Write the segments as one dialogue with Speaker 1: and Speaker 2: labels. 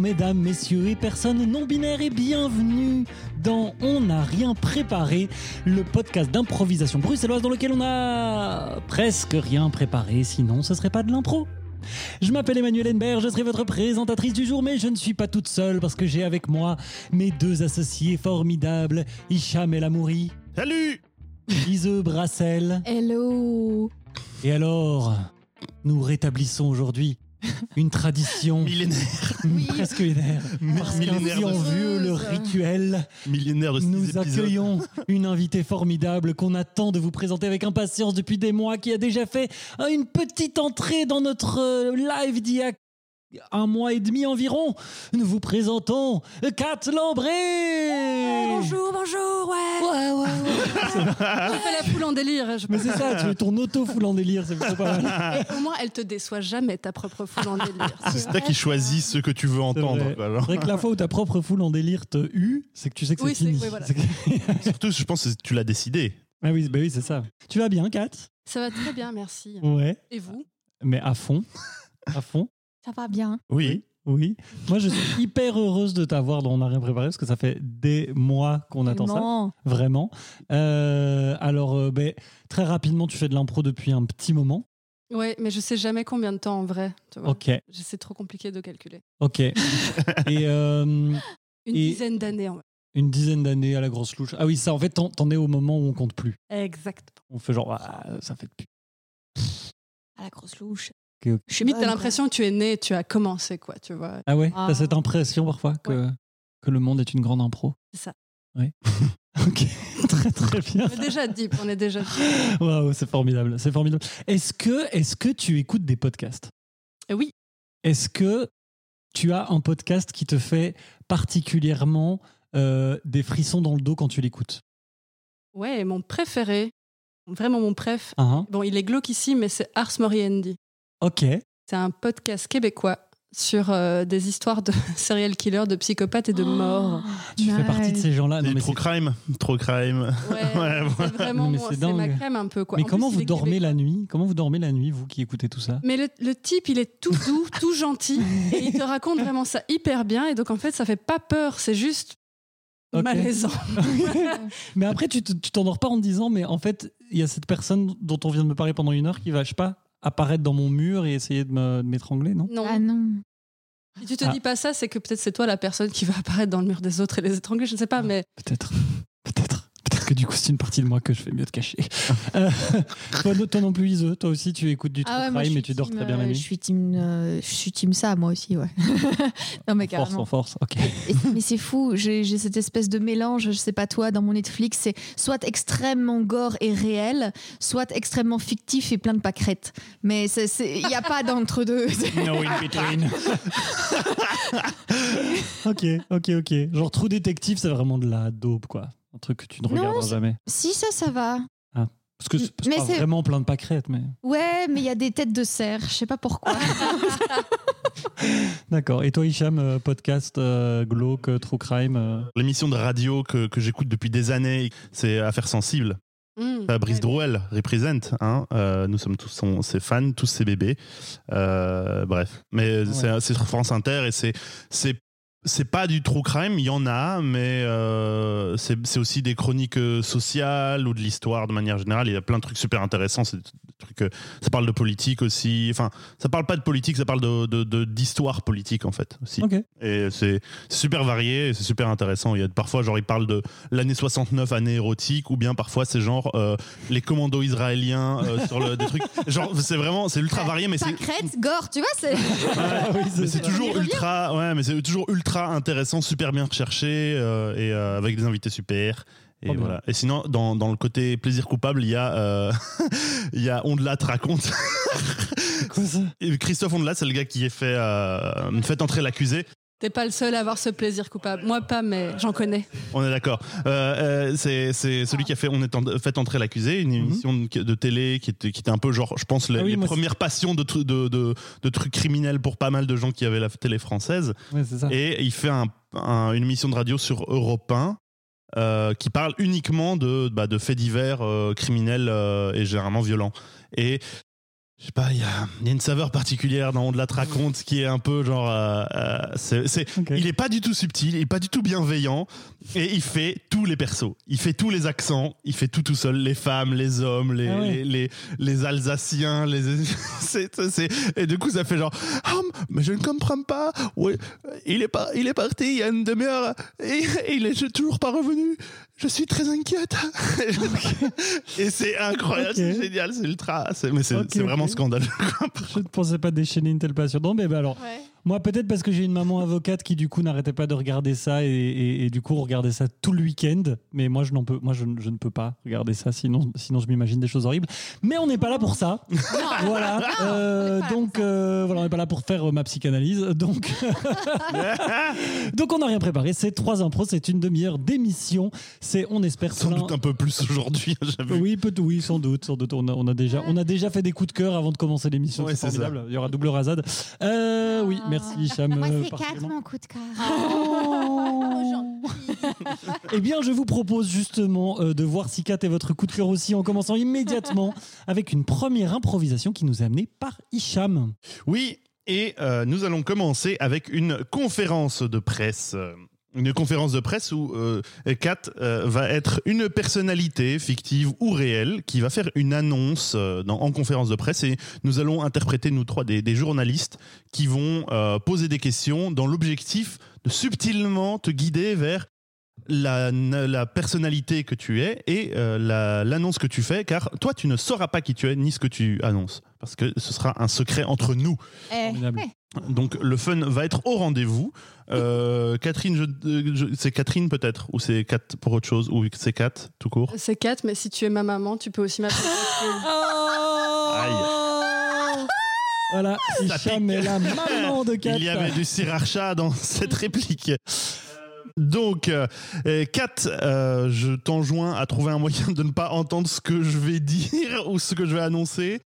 Speaker 1: mesdames, messieurs et personnes non binaires et bienvenue dans On n'a rien préparé, le podcast d'improvisation bruxelloise dans lequel on a presque rien préparé, sinon ce serait pas de l'impro. Je m'appelle Emmanuel Henbert, je serai votre présentatrice du jour, mais je ne suis pas toute seule parce que j'ai avec moi mes deux associés formidables, Hicham El Amouri,
Speaker 2: Salut
Speaker 1: Lise Brassel.
Speaker 3: Hello
Speaker 1: Et alors, nous rétablissons aujourd'hui une tradition
Speaker 2: Millénaire,
Speaker 1: presque millénaire. Parce qu'en
Speaker 2: millénaire, de,
Speaker 1: vieux le
Speaker 3: Heureuse.
Speaker 1: rituel,
Speaker 2: millénaire de six
Speaker 1: nous
Speaker 2: épisodes.
Speaker 1: accueillons une invitée formidable qu'on attend de vous présenter avec impatience depuis des mois, qui a déjà fait euh, une petite entrée dans notre euh, live d'il y a un mois et demi environ. Nous vous présentons Kat Lambré
Speaker 3: Bonjour, bonjour, ouais
Speaker 1: Ouais, ouais, ouais.
Speaker 3: On fait la poule en délire. je-
Speaker 1: Mais c'est ça, tu es ton auto foule en délire, c'est plutôt pas mal.
Speaker 3: Au moins, elle te déçoit jamais, ta propre foule en délire.
Speaker 2: C'est toi qui choisis ce que tu veux entendre.
Speaker 1: vrai.
Speaker 2: quoi,
Speaker 1: C'est
Speaker 2: alors.
Speaker 1: vrai que la fois où ta propre foule en délire te eut, c'est que tu sais que
Speaker 3: Oui,
Speaker 1: c'est
Speaker 3: c'est-
Speaker 1: fini.
Speaker 3: oui, voilà.
Speaker 1: C'est que-
Speaker 2: Surtout, je pense que tu l'as décidé.
Speaker 1: Ah oui, bah oui, c'est ça. Tu vas bien, Kat
Speaker 3: Ça va très bien, merci.
Speaker 1: Ouais.
Speaker 3: Et vous
Speaker 1: Mais à fond. À fond.
Speaker 3: Ça va bien.
Speaker 2: Oui.
Speaker 1: Oui. Moi, je suis hyper heureuse de t'avoir dans On n'a rien préparé parce que ça fait des mois qu'on attend ça. Vraiment. Euh, alors, euh, ben, très rapidement, tu fais de l'impro depuis un petit moment.
Speaker 3: Ouais, mais je sais jamais combien de temps en vrai. tu vois.
Speaker 1: Ok.
Speaker 3: Je- C'est trop compliqué de calculer.
Speaker 1: Ok. Et euh,
Speaker 3: Une
Speaker 1: Et-
Speaker 3: dizaine d'années en vrai.
Speaker 1: une dizaine d'années à la grosse louche. Ah oui, ça, en fait, t'en t'en es au moment où on compte plus.
Speaker 3: Exactement.
Speaker 1: On fait genre, ah, ça fait depuis.
Speaker 4: à la grosse louche.
Speaker 1: Ok, ok.
Speaker 4: Je suis
Speaker 3: Limite,
Speaker 4: bonne,
Speaker 3: t'as
Speaker 4: quoi.
Speaker 3: l'impression que tu es né, tu as commencé, quoi, tu vois.
Speaker 1: Ah ouais,
Speaker 4: Ah.
Speaker 1: t'as cette impression parfois que, que le monde est une grande impro.
Speaker 3: C'est ça.
Speaker 1: Oui. ok, très très bien.
Speaker 3: On est déjà deep, on est déjà deep.
Speaker 1: Waouh, c'est formidable, c'est formidable. Est-ce que, est-ce que tu écoutes des podcasts
Speaker 3: Eh oui.
Speaker 1: Est-ce que tu as un podcast qui te fait particulièrement euh, des frissons dans le dos quand tu l'écoutes
Speaker 3: Ouais, et mon préféré, vraiment mon préf.
Speaker 1: Hein, hein
Speaker 3: Bon, il est glauque ici, mais c'est Ars Moriendi.
Speaker 1: Ok,
Speaker 3: C'est un podcast québécois sur euh, des histoires de serial killers, de psychopathes et de morts.
Speaker 1: tu fais partie de ces gens-là. Ah, Non,
Speaker 2: Et
Speaker 1: mais
Speaker 2: trop
Speaker 1: c'est-
Speaker 2: crime. Trop crime.
Speaker 3: Ouais,
Speaker 2: Ouais,
Speaker 3: c'est
Speaker 1: Non,
Speaker 3: vraiment
Speaker 1: mais
Speaker 3: moi,
Speaker 1: c'est
Speaker 3: c'est
Speaker 1: dingue.
Speaker 3: ma crème un peu quoi.
Speaker 1: mais
Speaker 3: En
Speaker 1: comment
Speaker 3: plus,
Speaker 1: vous
Speaker 3: il est
Speaker 1: dormez
Speaker 3: québécois.
Speaker 1: la nuit Comment vous dormez la nuit, vous qui écoutez tout ça
Speaker 3: mais le, le type, il est tout doux, tout gentil, et il te raconte vraiment ça hyper bien. Et donc, en fait, ça fait pas peur, c'est juste
Speaker 1: Ok.
Speaker 3: malaisant.
Speaker 1: Mais après, tu te- tu t'endors pas en te disant, mais en fait, il y a cette personne dont on vient de me parler pendant une heure qui va, je sais pas, apparaître dans mon mur et essayer de me- de m'étrangler, non
Speaker 3: Non,
Speaker 4: Ah non.
Speaker 3: si tu te
Speaker 1: Ah.
Speaker 3: dis pas ça, c'est que peut-être c'est toi la personne qui va apparaître dans le mur des autres et les étrangler, je ne sais
Speaker 1: Ah.
Speaker 3: pas, mais
Speaker 1: Peut-être. Peut-être. Peut-être que du coup, c'est une partie de moi que je fais mieux de cacher. Euh, toi, non- toi non plus, Ise, toi aussi, tu écoutes du true
Speaker 4: Ah moi, je
Speaker 1: crime
Speaker 4: suis
Speaker 1: et tu dors
Speaker 4: team,
Speaker 1: très bien la
Speaker 4: euh,
Speaker 1: nuit.
Speaker 4: Je suis team, euh, je suis team ça, moi aussi, ouais. non, mais
Speaker 1: En force, hein. en
Speaker 4: carrément.
Speaker 1: force, ok.
Speaker 4: Et- mais c'est fou, j'ai j'ai cette espèce de mélange, je sais pas toi, dans mon Netflix, c'est soit extrêmement gore et réel, soit extrêmement fictif et plein de pâquerettes. Mais c'est- c'est- il n'y a pas d'entre-deux.
Speaker 1: No in between. ok, ok, ok. Genre, Trou Détective, c'est vraiment de la daube, quoi. Un truc que tu ne
Speaker 4: Non,
Speaker 1: regarderas
Speaker 4: c'est-
Speaker 1: jamais.
Speaker 4: si, ça, ça va.
Speaker 1: Parce que c'est c'est
Speaker 4: Mais
Speaker 1: pas
Speaker 4: c'est-
Speaker 1: vraiment plein de pâquerettes, mais.
Speaker 4: Ouais, mais il y a des têtes de cerf, je sais pas pourquoi.
Speaker 1: D'accord. Et toi, Hicham, euh, podcast euh, glauque, euh, true crime euh,
Speaker 2: L'émission de radio que, que j'écoute depuis des années, c'est Affaires sensibles.
Speaker 3: Hmm.
Speaker 2: Fabrice
Speaker 3: Ouais,
Speaker 2: Drouel, représente. Hein. Euh, nous sommes tous son- ses fans, tous ses bébés. Euh, bref. Mais
Speaker 1: Ouais.
Speaker 2: c'est c'est sur France Inter et c'est. c'est- C'est pas du true crime, il y en a, mais euh, c'est c'est aussi des chroniques euh, sociales ou de l'histoire de manière générale. Il y a plein de trucs super intéressants. c'est des trucs, euh, ça parle de politique aussi. Enfin, ça parle pas de politique, ça parle d'histoire de, de, d'histoire politique en fait aussi.
Speaker 1: Ok.
Speaker 2: Et c'est c'est super varié, et c'est super intéressant. Il y a parfois, genre, ils parlent de l'année 69, année érotique, ou bien parfois, c'est genre euh, les commandos israéliens euh, sur le, des trucs. Genre, c'est vraiment, c'est ultra varié, mais c'est.
Speaker 4: Pâquerettes, gore, tu vois, c'est.
Speaker 1: Ah, oui,
Speaker 2: mais c'est toujours
Speaker 4: On y revient.
Speaker 2: ultra, ouais, mais c'est toujours ultra intéressant, super bien recherché euh, et euh, avec des invités super. Et
Speaker 1: Oh, bien.
Speaker 2: voilà. Et sinon, dans, dans le côté plaisir coupable, il y a, euh, il y a Ondelat raconte.
Speaker 1: Quoi, ça
Speaker 2: Et Christophe Ondelat, c'est le gars qui est fait, euh, fait entrer l'accusé.
Speaker 3: T'es pas le seul à avoir ce plaisir coupable. Moi pas, mais j'en connais.
Speaker 2: On est d'accord. Euh, euh, c'est c'est celui qui a fait on est en- fait entrer l'accusé, une émission de- de télé qui était, qui était un peu genre, je pense, les,
Speaker 1: Mhm. Ah oui,
Speaker 2: les
Speaker 1: moi,
Speaker 2: premières passions de, tru- de, de, de trucs criminels pour pas mal de gens qui avaient la télé française.
Speaker 1: Ouais, c'est ça.
Speaker 2: Et il fait un- un- une émission de radio sur Europe 1 euh, qui parle uniquement de, bah, de faits divers euh, criminels euh, et généralement violents. Et Je sais pas, il y a, il y a une saveur particulière dans On de la raconte qui est un peu genre. euh, euh, c'est- c'est-
Speaker 1: Ok.
Speaker 2: Il est pas du tout subtil, il est pas du tout bienveillant, et il fait tous les persos. Il fait tous les accents, il fait tout tout seul, les femmes, les hommes, les,
Speaker 1: Ah ouais.
Speaker 2: les, les, les Alsaciens, les. c'est- c'est- c'est- et du coup, ça fait genre. Ah, mais je ne comprends pas. Ouais, il, est pas il est parti il y a une demi-heure, et, et il est toujours pas revenu. Je suis très inquiète. et c'est incroyable,
Speaker 1: Ok.
Speaker 2: c'est génial, c'est ultra. c'est- Mais c'est
Speaker 1: Ok,
Speaker 2: c'est vraiment
Speaker 1: ok.
Speaker 2: scandaleux.
Speaker 1: Je ne pensais pas déchaîner une telle passion. Non, mais bah alors,
Speaker 3: Ouais.
Speaker 1: moi peut-être parce que j'ai une maman avocate qui du coup n'arrêtait pas de regarder ça et, et- et du coup on regardait ça tout le week-end. Mais moi je n'en peux, moi je, ne- je ne peux pas regarder ça, sinon sinon je m'imagine des choses horribles. Mais on n'est pas là pour ça. voilà.
Speaker 4: on n'est
Speaker 1: Euh,
Speaker 4: pas là
Speaker 1: donc
Speaker 4: pour ça.
Speaker 1: euh, voilà, on n'est pas là pour faire euh, ma psychanalyse. Donc donc on n'a rien préparé. C'est trois impros, c'est une demi-heure d'émission. C'est on espère
Speaker 2: Sans
Speaker 1: plein-
Speaker 2: doute un peu plus aujourd'hui, j'avoue.
Speaker 1: Oui, peut oui, sans doute, sans doute. On a, on a déjà, on a déjà fait des coups de cœur avant de commencer l'émission.
Speaker 2: Ouais,
Speaker 1: c'est
Speaker 2: c'est
Speaker 1: formidable. Il y aura double rasade. Euh, oui,
Speaker 4: Ah.
Speaker 1: merci, Cham.
Speaker 5: Moi,
Speaker 1: euh,
Speaker 5: c'est 4
Speaker 1: particulièrement.
Speaker 5: mon coup de cœur.
Speaker 1: Eh bien, je vous propose justement euh, de voir si Kat est votre coup de cœur aussi, en commençant immédiatement avec une première improvisation qui nous est amenée par Hicham.
Speaker 2: Oui, et euh, nous allons commencer avec une conférence de presse. euh, Une conférence de presse où euh, Kat euh, va être une personnalité fictive ou réelle qui va faire une annonce euh, dans- en conférence de presse et nous allons interpréter, nous trois, des, des journalistes qui vont euh, poser des questions dans l'objectif de subtilement te guider vers la, la personnalité que tu es et euh, la- l'annonce que tu fais, car toi, tu ne sauras pas qui tu es ni ce que tu annonces, parce que ce sera un secret entre nous.
Speaker 4: Eh,
Speaker 1: Formidable.
Speaker 4: eh,
Speaker 2: Donc le fun va être au rendez-vous. Euh, Catherine, je- euh, je- c'est Catherine peut-être, ou c'est Kat pour autre chose, ou c'est Kat tout court.
Speaker 3: C'est 4, mais si tu es ma maman, tu peux aussi m'appeler. Catherine. Oh,
Speaker 1: Voilà,
Speaker 2: Ça
Speaker 1: Hicham
Speaker 2: pique.
Speaker 1: est la maman de Kat.
Speaker 2: Il y avait du sriracha dans cette réplique. Donc, euh, euh, Kat, euh, je t'enjoins à trouver un moyen de ne pas entendre ce que je vais dire ou ce que je vais annoncer.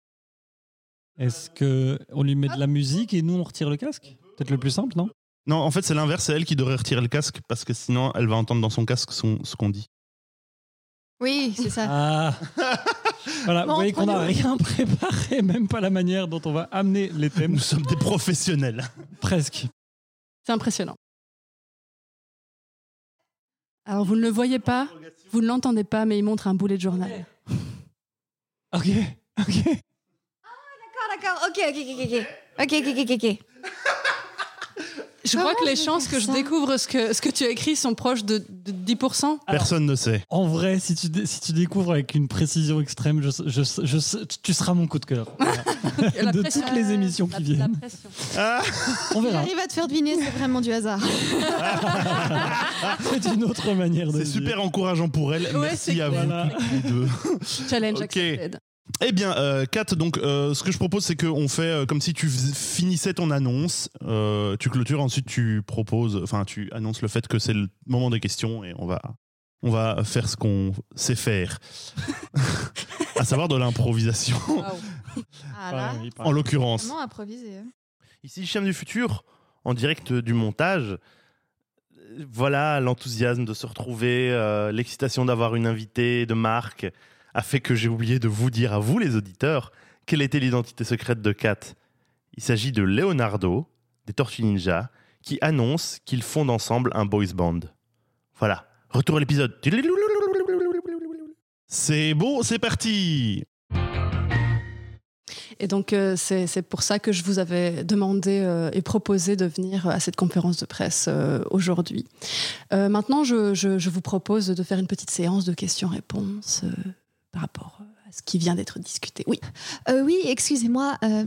Speaker 1: Est-ce que on lui met de la musique et nous on retire le casque Peut-être le plus simple, non
Speaker 4: Euh.
Speaker 2: Non, en fait, c'est l'inverse, c'est elle qui devrait retirer le casque parce que sinon, elle va entendre dans son casque son- ce qu'on dit.
Speaker 4: Oui, c'est ça.
Speaker 1: Ah. voilà,
Speaker 4: Bon,
Speaker 1: vous voyez qu'on n'a
Speaker 4: entre nous.
Speaker 1: rien préparé, même pas la manière dont on va amener les thèmes.
Speaker 2: Nous sommes des professionnels.
Speaker 1: Presque.
Speaker 3: C'est impressionnant. Alors, vous ne le voyez pas, vous ne l'entendez pas, mais il montre un boulet de journal.
Speaker 1: Ok, ok.
Speaker 5: Ah, D'accord, ok, ok, ok, ok. Ok, ok, ok, ok.
Speaker 3: Je crois
Speaker 5: Comment
Speaker 3: que les
Speaker 5: je vais
Speaker 3: chances
Speaker 5: faire
Speaker 3: que je
Speaker 5: ça
Speaker 3: découvre ce que, ce que tu as écrit sont proches de, de 10%.
Speaker 1: Alors-
Speaker 2: Personne ne sait.
Speaker 1: En vrai, si tu, dé- si tu découvres avec une précision extrême, je, je- je- tu- tu seras mon coup de cœur. Voilà.
Speaker 3: La
Speaker 1: de
Speaker 3: pression.
Speaker 1: toutes les émissions qui
Speaker 3: La- la
Speaker 1: viennent.
Speaker 3: pression.
Speaker 2: Ah
Speaker 1: On verra.
Speaker 4: J'arrive à te faire deviner, c'est vraiment du hasard.
Speaker 1: C'est une autre manière de
Speaker 2: C'est
Speaker 1: le dire.
Speaker 2: super encourageant pour elle.
Speaker 3: Ouais,
Speaker 2: Merci
Speaker 3: c'est
Speaker 2: à
Speaker 3: clair.
Speaker 2: vous
Speaker 1: Voilà.
Speaker 2: les deux.
Speaker 3: Challenge
Speaker 2: Ok.
Speaker 3: accepted.
Speaker 2: Eh bien, euh, Kat, donc, euh, ce que je propose, c'est qu'on fait euh, comme si tu fais- finissais ton annonce, euh, tu clôtures, ensuite tu proposes, enfin, tu annonces le fait que c'est le moment des questions et on va, on va faire ce qu'on sait faire, à savoir de l'improvisation,
Speaker 4: Ah là,
Speaker 1: Pareil,
Speaker 6: En
Speaker 2: en l'occurrence.
Speaker 4: vraiment improvisé. hein.
Speaker 6: Ici Cham du futur, en direct du montage. Euh, Voilà, l'enthousiasme de se retrouver, euh, l'excitation d'avoir une invitée de marque a fait que j'ai oublié de vous dire à vous les auditeurs quelle était l'identité secrète de Kat. Il s'agit de Leonardo, des Tortues Ninja, qui annonce qu'ils fondent ensemble un boys band. Voilà, retour à l'épisode.
Speaker 2: C'est bon, c'est parti
Speaker 3: Et donc, euh, c'est c'est pour ça que je vous avais demandé euh, et proposé de venir euh, à cette conférence de presse euh, aujourd'hui. Euh, maintenant, je, je- je vous propose de faire une petite séance de questions-réponses euh, par rapport à ce qui vient d'être discuté. Oui,
Speaker 5: Euh, oui, excusez-moi. euh,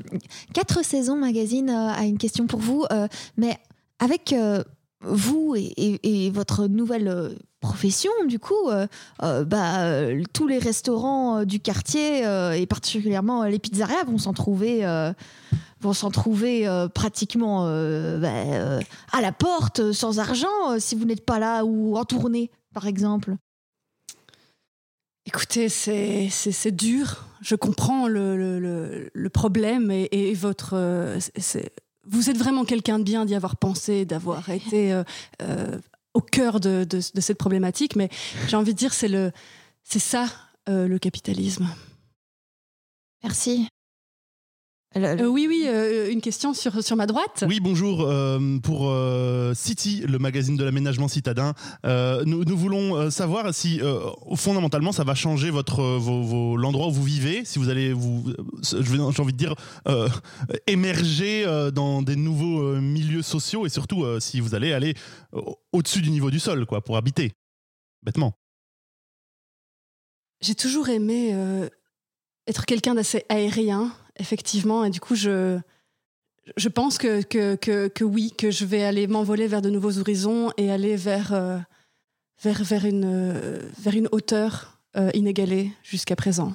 Speaker 5: Quatre saisons magazine euh, a une question pour vous, euh, mais avec euh, vous et, et- et votre nouvelle euh, profession, du coup, euh, euh, bah, euh, tous les restaurants euh, du quartier euh, et particulièrement euh, les pizzerias vont s'en trouver. euh, vont s'en trouver euh, pratiquement euh, bah, euh, à la porte, euh, sans argent, euh, si vous n'êtes pas là ou en tournée, par exemple.
Speaker 3: Écoutez, c'est c'est- c'est dur. Je comprends le, le- le- le problème et, et votre. euh, c'est- c'est- vous êtes vraiment quelqu'un de bien d'y avoir pensé, d'avoir été euh, euh, au cœur de, de- de cette problématique, mais j'ai envie de dire, c'est le- c'est ça euh, le capitalisme.
Speaker 5: Merci. Le- le-
Speaker 3: Euh, oui, oui, euh, une question sur, sur ma droite.
Speaker 2: Oui, bonjour. euh, pour euh, City, le magazine de l'aménagement citadin, euh, nous, nous voulons euh, savoir si, euh, fondamentalement, ça va changer votre, euh, vos, vos- l'endroit où vous vivez, si vous allez, vous, euh, je vais- j'ai envie de dire, euh, émerger euh, dans des nouveaux euh, milieux sociaux et surtout euh, si vous allez aller au- au-dessus du niveau du sol, quoi, pour habiter. Bêtement.
Speaker 3: J'ai toujours aimé euh, être quelqu'un d'assez aérien, effectivement, et du coup, je, je pense que, que, que, que oui, que je vais aller m'envoler vers de nouveaux horizons et aller vers, euh, vers, vers, une, euh, vers une hauteur euh, inégalée jusqu'à présent.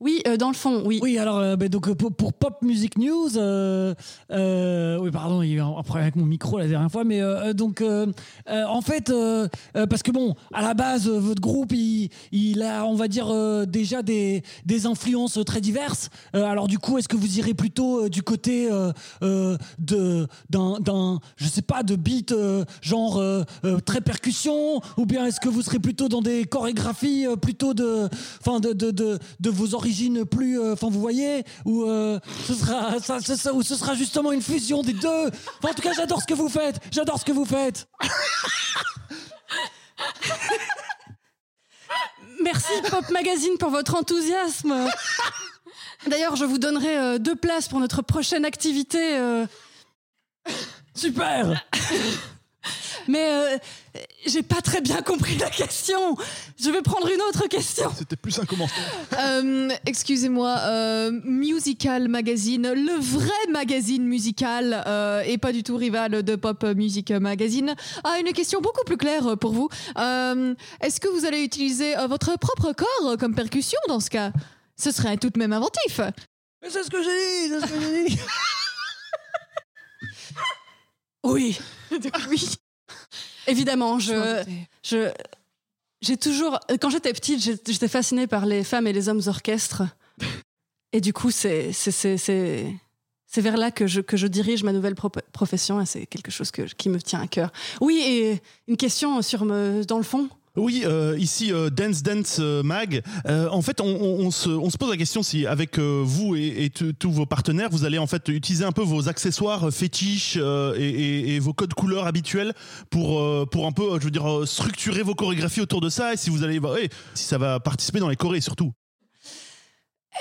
Speaker 3: Oui, euh, dans le fond, oui.
Speaker 1: Oui, alors euh, ben, donc euh, pour, pour Pop Music News, euh, euh, oui pardon, il y a eu un un problème avec mon micro la dernière fois, mais euh, euh, donc euh, euh, en fait euh, euh, parce que bon, à la base euh, votre groupe il, il a on va dire euh, déjà des, des influences très diverses. Euh, alors du coup, est-ce que vous irez plutôt euh, du côté euh, euh, de d'un d'un je sais pas de beat euh, genre euh, euh, très percussion ou bien est-ce que vous serez plutôt dans des chorégraphies euh, plutôt de enfin de, de, de, de vos origines plus euh, enfin vous voyez ou euh, ce sera ça, ce- ça- ou ce sera justement une fusion des deux Enfin, en tout cas j'adore ce que vous faites j'adore ce que vous faites
Speaker 3: Merci Pop Magazine pour votre enthousiasme. D'ailleurs, je vous donnerai euh, deux places pour notre prochaine activité. euh,
Speaker 1: super
Speaker 3: Mais euh, j'ai pas très bien compris la question. Je vais prendre une autre question.
Speaker 2: C'était plus un commentaire.
Speaker 4: Euh, Excusez-moi, euh, Musical Magazine, le vrai magazine musical euh, et pas du tout rival de Pop Music Magazine, a une question beaucoup plus claire pour vous. Euh, Est-ce que vous allez utiliser euh, votre propre corps comme percussion dans ce cas Ce serait tout de même inventif.
Speaker 1: Mais c'est ce que j'ai dit c'est ce que j'ai dit
Speaker 3: Oui, oui. Évidemment, je, je, j'ai toujours, quand j'étais petite, j'ai- j'étais fascinée par les femmes et les hommes orchestres. Et du coup, c'est, c'est, c'est, c'est, c'est vers là que je, que je dirige ma nouvelle pro- profession et c'est quelque chose que, qui me tient à cœur. Oui, et une question sur me, dans le fond.
Speaker 2: Oui, euh, ici euh, Dance Dance euh, Mag. Euh, en fait, on, on- on se, on se pose la question si avec euh, vous et, et tous tous vos partenaires, vous allez en fait utiliser un peu vos accessoires euh, fétiches euh, et, et- et vos codes couleurs habituels pour euh, pour un peu, euh, je veux dire, euh, structurer vos chorégraphies autour de ça et si vous allez, bah, ouais, si ça va participer dans les chorés surtout.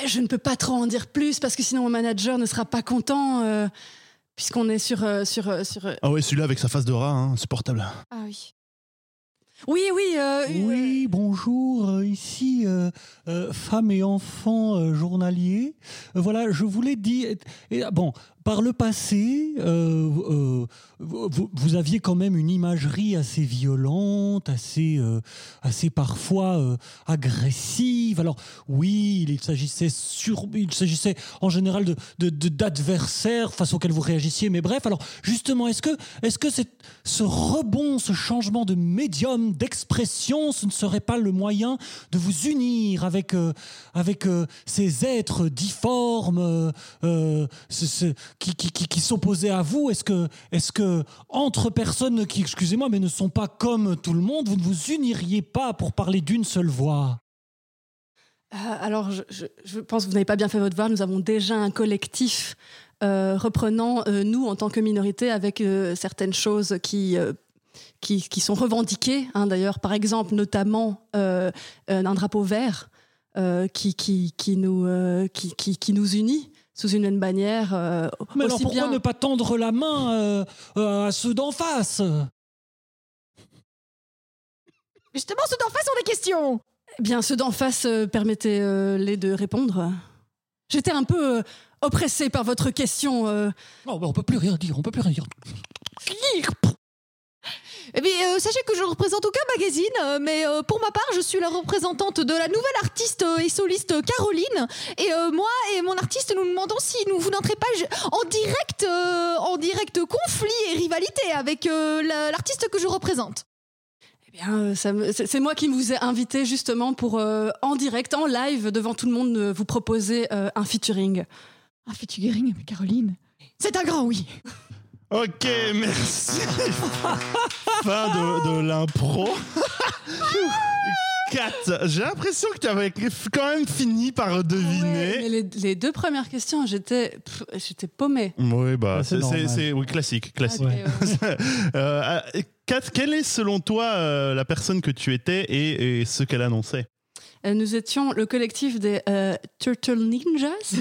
Speaker 3: Eh, Je ne peux pas trop en dire plus parce que sinon mon manager ne sera pas content euh, puisqu'on est sur, euh, sur, euh, sur. euh,
Speaker 2: Ah ouais, celui-là avec sa face de rat, hein, supportable.
Speaker 5: Ah oui.
Speaker 3: Oui, oui. euh,
Speaker 1: oui bonjour euh, ici euh, euh, femme et enfant euh, journalier Euh, voilà je voulais dire et, ah, bon par le passé euh, euh, vous, vous- vous aviez quand même une imagerie assez violente assez euh, assez parfois euh, agressive. Alors oui, il s'agissait sur, il s'agissait en général de de- de- d'adversaires face auxquels vous réagissiez. Mais bref, alors justement, est-ce que est-ce que c'est- ce rebond, ce changement de médium, d'expression, ce ne serait pas le moyen de vous unir avec euh, avec euh, ces êtres difformes euh, euh, ce- ce- qui, qui, qui- qui s'opposaient à vous Est-ce que est-ce que entre personnes qui, excusez-moi, mais ne sont pas comme tout le monde, vous ne vous uniriez pas pour parler d'une seule voix
Speaker 3: Euh, alors, je, je- je pense que vous n'avez pas bien fait votre devoir. Nous avons déjà un collectif euh, reprenant euh, nous en tant que minorité avec euh, certaines choses qui. euh, qui, qui sont revendiquées, hein, d'ailleurs, par exemple, notamment euh, euh, un drapeau vert euh, qui, qui, qui, nous, euh, qui, qui, qui nous unit sous une même bannière. euh,
Speaker 1: Mais alors
Speaker 3: aussi
Speaker 1: pourquoi
Speaker 3: bien...
Speaker 1: ne pas tendre la main euh, euh, à ceux d'en face
Speaker 4: Justement, ceux d'en face ont des questions.
Speaker 3: eh Bien, ceux d'en face, euh, permettez-les de répondre. J'étais un peu euh, oppressée par votre question. euh.
Speaker 1: Non, mais on peut plus rien dire, on peut plus rien dire.
Speaker 4: Eh bien, euh, sachez que je ne représente aucun magazine, euh, mais euh, pour ma part, je suis la représentante de la nouvelle artiste euh, et soliste Caroline. Et euh, moi et mon artiste, nous demandons si nous vous n'entrez pas je- en direct, euh, en direct conflit et rivalité avec euh, la- l'artiste que je représente.
Speaker 3: Eh bien, euh, ça me- c'est c'est moi qui vous ai invité justement pour, euh, en direct, en live, devant tout le monde, euh, vous proposer euh, un featuring.
Speaker 4: Ah, featuring, mais Caroline. C'est un grand oui.
Speaker 2: Ok, merci. fin de, de l'impro. Kat, j'ai l'impression que tu avais quand même fini par
Speaker 3: Ouais, mais
Speaker 2: deviner.
Speaker 3: les, les deux premières questions, j'étais pff, j'étais paumée.
Speaker 2: Oui,
Speaker 1: Ouais,
Speaker 2: bah,
Speaker 1: Ah, c'est
Speaker 2: c'est- c'est
Speaker 1: normal. Ah,
Speaker 2: c'est- oui, classique. classique.
Speaker 1: Ouais.
Speaker 2: Euh, euh, Kat, quelle est selon toi euh, la personne que tu étais et, et ce qu'elle annonçait
Speaker 3: Euh, Nous étions le collectif des euh, Turtle Ninjas.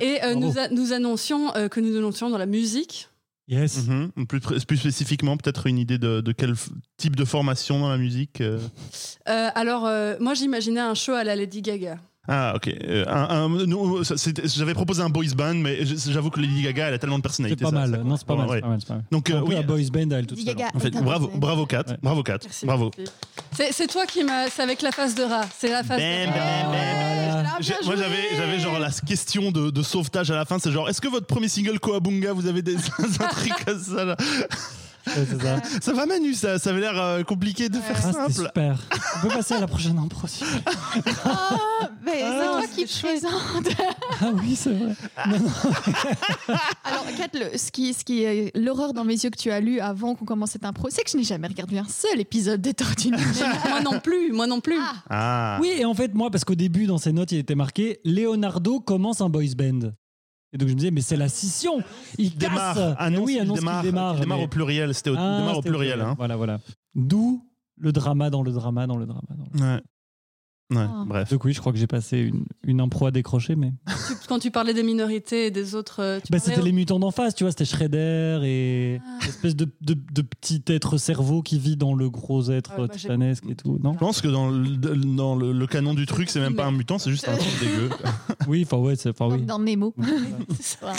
Speaker 3: Et euh,
Speaker 1: Bravo.
Speaker 3: nous, a- nous annoncions euh, que nous annoncions dans la musique.
Speaker 1: Yes.
Speaker 2: Mhm. plus, pr- plus spécifiquement, peut-être une idée de, de quel f- type de formation dans la musique euh
Speaker 3: Euh, alors, euh, moi, j'imaginais un show à la Lady Gaga.
Speaker 2: Ah, ok. Euh, un- un- nous, ça, c'était- J'avais proposé un boys band, mais je- j'avoue que Lady Gaga, elle a tellement de
Speaker 1: C'est
Speaker 2: personnalité.
Speaker 1: pas
Speaker 2: ça-
Speaker 1: mal.
Speaker 2: ça compte.
Speaker 1: non, c'est pas, mal,
Speaker 2: Ouais.
Speaker 1: c'est pas mal. c'est pas mal.
Speaker 2: Donc, euh,
Speaker 1: Un peu
Speaker 2: oui,
Speaker 1: la boys band à elle toute
Speaker 5: Lady
Speaker 1: seule.
Speaker 5: Gaga.
Speaker 2: hein. en fait,
Speaker 5: Attends,
Speaker 2: bravo,
Speaker 5: c'est-
Speaker 2: bravo Kat,
Speaker 1: Ouais.
Speaker 2: bravo Kat,
Speaker 3: Merci.
Speaker 2: bravo.
Speaker 3: merci. C'est c'est toi qui m'as. C'est avec la face de rat. C'est la face
Speaker 1: Ben,
Speaker 2: Bam,
Speaker 3: de rat.
Speaker 2: bam,
Speaker 1: bam.
Speaker 4: Euh,
Speaker 3: Ah, bien
Speaker 2: J'ai- Moi
Speaker 3: joué.
Speaker 2: j'avais j'avais genre la question de, de sauvetage à la fin, c'est genre est-ce que votre premier single Koabunga vous avez des un truc comme ça là
Speaker 1: Ouais, c'est ça.
Speaker 2: Ça va Manu ça, ça avait l'air euh, compliqué de faire
Speaker 1: Ah, c'était
Speaker 2: simple.
Speaker 1: super. On peut passer à la prochaine impro. si vous voulez.
Speaker 5: Mais
Speaker 1: Ah,
Speaker 5: c'est toi
Speaker 3: c'est
Speaker 5: qui présente.
Speaker 1: Ah oui, c'est vrai.
Speaker 4: Alors, Kat, le- ce qui, ce qui est l'horreur dans mes yeux que tu as lu avant qu'on commence cette impro, c'est que je n'ai jamais regardé un seul épisode des Tortues Ninja.
Speaker 3: Mais moi non plus, moi non plus.
Speaker 2: Ah.
Speaker 1: Oui, et en fait, moi, parce qu'au début, dans ces notes, il était marqué Leonardo commence un boys band. Et donc, je me disais, mais c'est la scission. Il
Speaker 2: Il démarre,
Speaker 1: casse.
Speaker 2: annonce,
Speaker 1: Mais Eh oui,
Speaker 2: il
Speaker 1: annonce
Speaker 2: démarre,
Speaker 1: qu'il démarre.
Speaker 2: il démarre
Speaker 1: mais-
Speaker 2: au pluriel, c'était au, il
Speaker 1: Ah,
Speaker 2: démarre au
Speaker 1: c'était
Speaker 2: pluriel. Hein.
Speaker 1: Voilà, voilà. D'où le drama dans le drama dans le drama. Dans le...
Speaker 2: Ouais. hein. Ouais,
Speaker 4: Ah.
Speaker 2: bref.
Speaker 1: Donc oui, je crois que j'ai passé une, une impro à décrocher, mais
Speaker 3: Tu- quand tu parlais des minorités et des autres. euh, tu
Speaker 1: bah,
Speaker 3: parlais Ah.
Speaker 1: c'était les mutants d'en face, tu vois, c'était Shredder et l'espèce de, de, de petit être cerveau qui vit dans le gros être
Speaker 3: Ah ouais, bah, j'ai-
Speaker 1: titanesque et tout, non
Speaker 2: Je pense que dans le, dans le, le canon du truc, c'est même pas un mutant, c'est juste un truc dégueu.
Speaker 1: Oui, enfin ouais, c'est enfin
Speaker 4: Comme
Speaker 1: Ah oui.
Speaker 4: Dans mes mots. Voilà.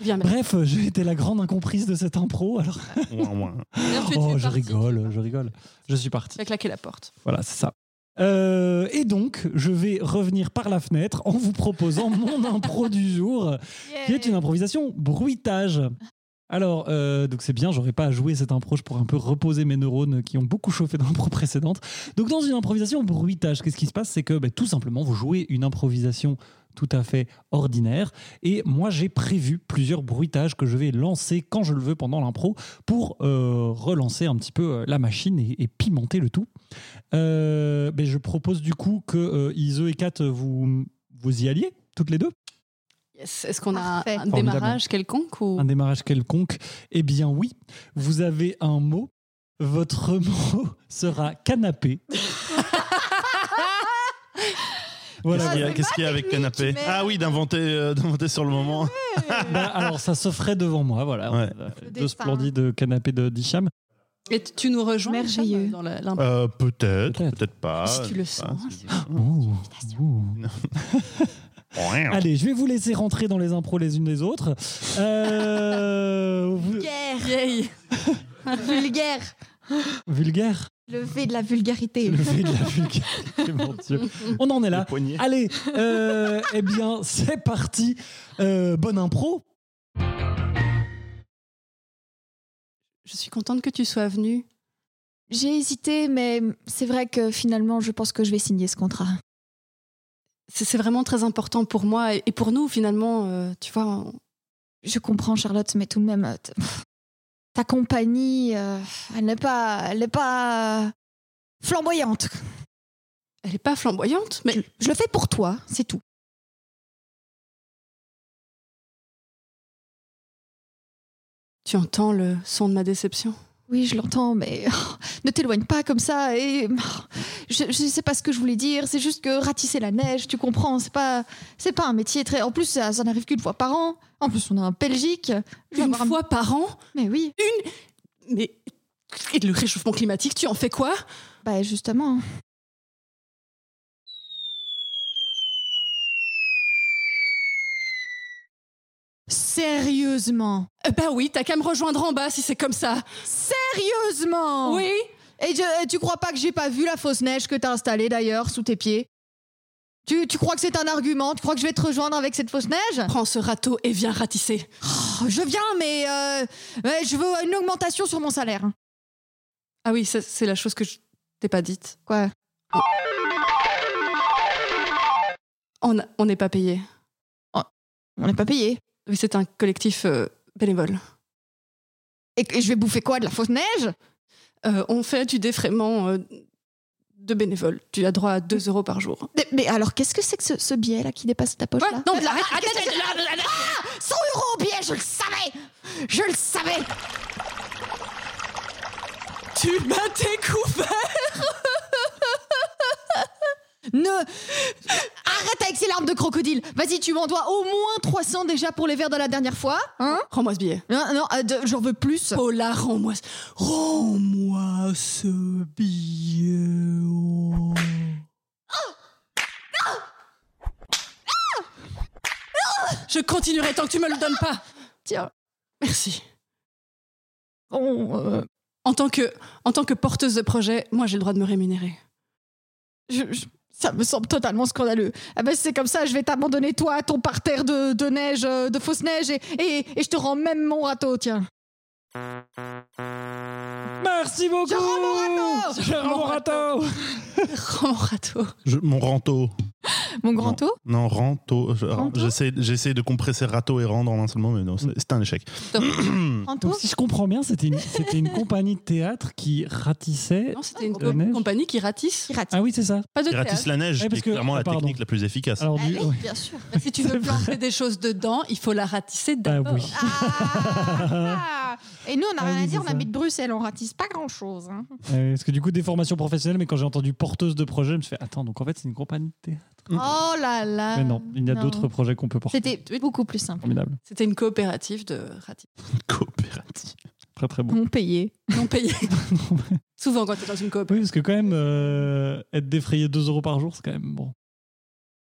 Speaker 3: Viens, mais-
Speaker 1: Bref, j'ai été la grande incomprise de cette impro. Alors,
Speaker 2: Ouin, ouin.
Speaker 3: D'ailleurs, tu es- tu es
Speaker 1: oh, je
Speaker 3: parti.
Speaker 1: rigole, je rigole. Je suis parti.
Speaker 3: Tu as claqué la porte.
Speaker 1: Voilà, c'est ça. Euh, et donc, je vais revenir par la fenêtre en vous proposant mon impro du jour, qui est une improvisation bruitage. Alors, euh, donc c'est bien, j'aurais pas à jouer cette impro, je pourrais un peu reposer mes neurones qui ont beaucoup chauffé dans l'impro précédente. Donc, dans une improvisation bruitage, qu'est-ce qui se passe C'est que ben, tout simplement, vous jouez une improvisation tout à fait ordinaire. Et moi, j'ai prévu plusieurs bruitages que je vais lancer quand je le veux pendant l'impro pour euh, relancer un petit peu euh, la machine et- et pimenter le tout. Euh, ben, je propose du coup que euh, Ise et Kat, euh, vous, vous y alliez toutes les deux.
Speaker 3: Yes. Est-ce qu'on a un,
Speaker 4: Parfait.
Speaker 3: un
Speaker 1: Formidable.
Speaker 3: démarrage quelconque
Speaker 2: Oh.
Speaker 3: ou...
Speaker 1: Un démarrage quelconque. Eh bien oui, vous avez un mot. Votre mot sera canapé.
Speaker 2: Qu'est-ce
Speaker 1: voilà.
Speaker 2: qu'il y a,
Speaker 4: c'est
Speaker 2: qu'est-ce qu'il y a avec canapé
Speaker 4: mais-
Speaker 2: Ah oui, d'inventer euh, d'inventer sur le moment.
Speaker 1: Bah, alors ça s'offrait devant moi, Ah, voilà.
Speaker 2: Ouais.
Speaker 1: On a Deux
Speaker 4: dessin.
Speaker 1: splendides euh, canapés de Dicham.
Speaker 3: Et t- tu nous rejoins
Speaker 5: Merveilleux.
Speaker 3: Hicham, dans la- l'imp-
Speaker 2: Euh, peut-être,
Speaker 1: Peut-être.
Speaker 2: peut-être pas.
Speaker 3: Si tu le
Speaker 2: je sais pas,
Speaker 3: sens,
Speaker 2: c'est-
Speaker 1: Ouh, ouh.
Speaker 2: Ouais.
Speaker 1: Allez, je vais vous laisser rentrer dans les impros les unes les autres. Euh, vous-
Speaker 5: Vulgaire.
Speaker 3: Yay.
Speaker 5: Vulgaire.
Speaker 1: Vulgaire.
Speaker 5: Le fait de la vulgarité.
Speaker 1: Le fait de la vulgarité, mon Dieu. On en est là.
Speaker 2: Les poignets.
Speaker 1: Allez, euh, eh bien, c'est parti. Euh, bonne impro.
Speaker 3: Je suis contente que tu sois venue.
Speaker 5: J'ai hésité, mais c'est vrai que finalement, je pense que je vais signer ce contrat.
Speaker 3: C'est c'est vraiment très important pour moi et et pour nous finalement. euh, tu vois, on-
Speaker 5: Je comprends, Charlotte, mais tout de même, euh, t- pff, ta compagnie, euh, elle n'est pas, elle n'est pas euh, flamboyante.
Speaker 3: elle n'est pas flamboyante, mais
Speaker 5: Je, je le fais pour toi, c'est tout.
Speaker 3: tu entends le son de ma déception.
Speaker 5: Oui, je l'entends, mais oh, ne t'éloigne pas comme ça. Et oh, je, je sais pas ce que je voulais dire. C'est juste que ratisser la neige, tu comprends, c'est pas, c'est pas un métier très. En plus, ça, ça n'arrive qu'une fois par an. En plus, on est en Belgique. Je vais
Speaker 3: Une
Speaker 5: avoir un-
Speaker 3: fois par an,
Speaker 5: Mais oui.
Speaker 3: mais et le réchauffement climatique, tu en fais quoi
Speaker 5: Bah justement. Sérieusement.
Speaker 3: Eh Ben oui, t'as qu'à me rejoindre en bas si c'est comme ça.
Speaker 5: Sérieusement
Speaker 3: Oui.
Speaker 5: Et, je- et tu crois pas que j'ai pas vu la fausse neige que t'as installée d'ailleurs sous tes pieds tu, tu crois que c'est un argument Tu crois que je vais te rejoindre avec cette fausse neige
Speaker 3: Prends ce râteau et viens ratisser.
Speaker 5: Oh, Je viens, mais, euh, mais je veux une augmentation sur mon salaire.
Speaker 3: Ah oui, ça, c'est la chose que je t'ai pas dite.
Speaker 5: Quoi
Speaker 3: On a- on n'est pas payé.
Speaker 5: On n'est pas payé.
Speaker 3: Oui, c'est un collectif euh, bénévole.
Speaker 5: Et, et je vais bouffer quoi De la fausse neige
Speaker 3: Euh, on fait du défraiement euh, de bénévoles. Tu as droit à 2 euros par jour.
Speaker 5: Mais, mais alors, qu'est-ce que c'est que ce, ce billet-là qui dépasse ta poche
Speaker 3: Ouais,
Speaker 5: là
Speaker 3: non, mais arrête,
Speaker 5: Ah, 100 Ah, euros au billet, je le savais Je le savais
Speaker 3: tu m'as découvert
Speaker 5: Ne Arrête avec ces larmes de crocodile Vas-y, tu m'en dois au moins 300 déjà pour les verres de la dernière fois. Hein
Speaker 3: Rends-moi ce billet.
Speaker 5: Non, non, euh, de- j'en veux plus.
Speaker 3: Paula, rends-moi ce... Rends-moi ce billet. oh. Je continuerai tant que tu me le donnes pas.
Speaker 5: Tiens.
Speaker 3: Merci.
Speaker 5: Bon, euh,
Speaker 3: En tant que, en tant que porteuse de projet, moi j'ai le droit de me rémunérer.
Speaker 5: je- je- ça me semble totalement scandaleux. Ah ben, c'est comme ça, je vais t'abandonner toi, ton parterre de, de neige, euh, de fausse neige, et, et, et je te rends même mon râteau, tiens.
Speaker 1: Merci beaucoup
Speaker 5: Je rends mon râteau
Speaker 1: Je rends mon râteau
Speaker 3: Rends mon râteau.
Speaker 2: Je- mon rento.
Speaker 5: Mon
Speaker 2: grand
Speaker 5: grand taux
Speaker 2: Non, rento. je-
Speaker 5: Rento
Speaker 2: J'essaie j'essaie de compresser râteau et rendre en un seul mot, mais non,
Speaker 1: Mm.
Speaker 2: c'est c'est un échec.
Speaker 1: Donc, si je comprends bien, c'était une, c'était une compagnie de théâtre qui ratissait.
Speaker 3: Non, c'était une
Speaker 1: De neige.
Speaker 3: compagnie qui ratisse.
Speaker 1: Ah oui, c'est ça.
Speaker 3: Pas de
Speaker 2: Il ratisse
Speaker 3: théâtre.
Speaker 2: la neige,
Speaker 1: Ouais,
Speaker 2: qui
Speaker 1: parce
Speaker 2: est
Speaker 1: que-
Speaker 2: clairement
Speaker 1: ah,
Speaker 2: la
Speaker 1: pardon.
Speaker 2: technique la plus efficace.
Speaker 1: Alors, du- ouais.
Speaker 5: Eh, bien sûr.
Speaker 3: Si tu veux planter des choses dedans, il faut la ratisser
Speaker 1: Ah
Speaker 3: d'abord.
Speaker 1: oui.
Speaker 5: Ah, ah. Et nous, on n'a
Speaker 1: Ah
Speaker 5: rien
Speaker 1: oui,
Speaker 5: à dire,
Speaker 1: c'est
Speaker 5: on
Speaker 1: ça.
Speaker 5: habite Bruxelles, on ratisse pas grand-chose. hein.
Speaker 1: Euh, parce que du coup, des formations professionnelles, mais quand j'ai entendu porteuse de projet, je me suis fait attends, donc en fait, c'est une compagnie de théâtre.
Speaker 5: Oh là là.
Speaker 1: Mm. mais non, il y a d'autres projets qu'on peut porter.
Speaker 5: C'était beaucoup plus simple.
Speaker 1: Formidable.
Speaker 3: C'était une coopérative de ratisser.
Speaker 2: Coopérative.
Speaker 1: Très, très bon.
Speaker 5: Non payé.
Speaker 3: Non payé. Souvent quand tu es dans une coop.
Speaker 1: Oui, parce que quand même, euh, être défrayé 2 euros par jour, c'est quand même bon.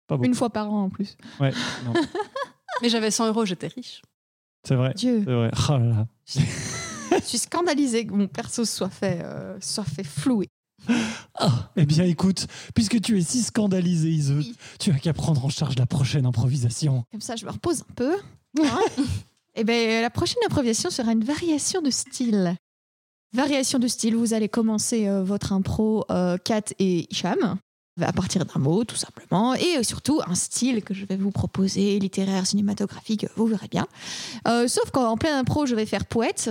Speaker 1: Pas bon.
Speaker 5: Une fois par an en plus.
Speaker 1: Ouais, non,
Speaker 3: Mais j'avais 100 euros, j'étais riche.
Speaker 1: c'est vrai.
Speaker 5: Dieu,
Speaker 1: C'est vrai. Oh là là.
Speaker 5: je suis scandalisée que mon perso soit fait, euh, soit fait flouer.
Speaker 3: Oh.
Speaker 1: Ah, eh bien, écoute, puisque tu es si scandalisé, Ise,
Speaker 5: Oui.
Speaker 1: tu as qu'à prendre en charge la prochaine improvisation.
Speaker 5: Comme ça, je me repose un peu. hein. Et bien, euh, la prochaine improvisation sera une variation de style. Variation de style, vous allez commencer euh, votre impro euh, Kat et Hicham à partir d'un mot, tout simplement, et euh, surtout un style que je vais vous proposer, littéraire, cinématographique, vous verrez bien. Euh, sauf qu'en plein impro, je vais faire poète.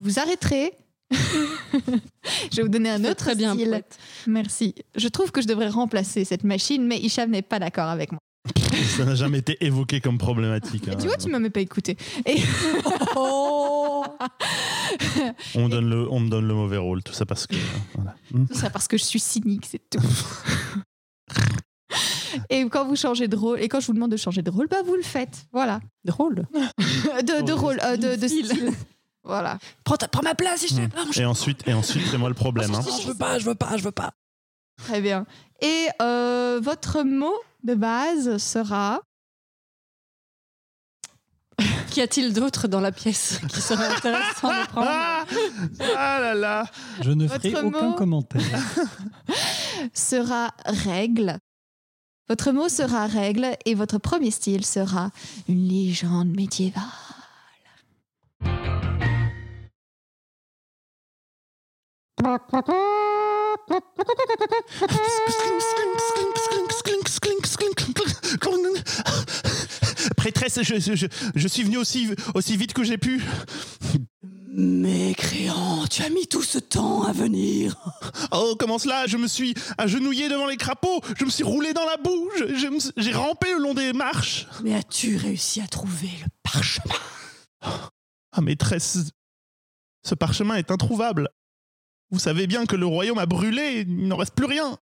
Speaker 5: Vous arrêterez. je vais vous donner un
Speaker 3: Fais
Speaker 5: autre
Speaker 3: Ah, très bien.
Speaker 5: style.
Speaker 3: poète.
Speaker 5: Merci. Je trouve que je devrais remplacer cette machine, mais Hicham n'est pas d'accord avec moi.
Speaker 2: Ça n'a jamais été évoqué comme problématique. hein.
Speaker 5: Tu vois, tu m'as même pas écouté.
Speaker 3: Oh.
Speaker 2: on, me donne le, on me donne le mauvais rôle, tout ça parce que. voilà. Hmm.
Speaker 5: Tout ça parce que je suis cynique, c'est tout. Et quand vous changez de rôle, et quand je vous demande de changer de rôle, bah vous le faites. Voilà.
Speaker 3: Drôle.
Speaker 5: De, de rôle, euh, de, de
Speaker 3: Style.
Speaker 5: style. Voilà.
Speaker 3: Prends, ta- prends ma place, je te prends, je-
Speaker 2: Et ensuite, et ensuite c'est moi le problème. hein.
Speaker 3: Hmm. Non, je veux pas, je veux pas, je veux pas.
Speaker 5: Très bien. Et euh, votre mot de base sera.
Speaker 3: Qu'y a-t-il d'autre dans la pièce qui serait intéressant de prendre
Speaker 2: Ah, ah là là
Speaker 1: Je ne
Speaker 5: Votre
Speaker 1: ferai aucun
Speaker 5: mot.
Speaker 1: commentaire.
Speaker 5: sera règle. Votre mot sera règle et votre premier style sera une légende médiévale.
Speaker 2: Prêtresse, je, je- je- je suis venu aussi, aussi vite que j'ai pu.
Speaker 3: Mécréant, tu as mis tout ce temps à venir.
Speaker 2: Oh, comment cela Je me suis agenouillé devant les crapauds, je me suis roulé dans la boue, je- je me suis- j'ai rampé le long des marches.
Speaker 3: Mais as-tu réussi à trouver le parchemin
Speaker 2: Ah, maîtresse, ce parchemin est introuvable. Vous savez bien que le royaume a brûlé, il n'en reste plus rien.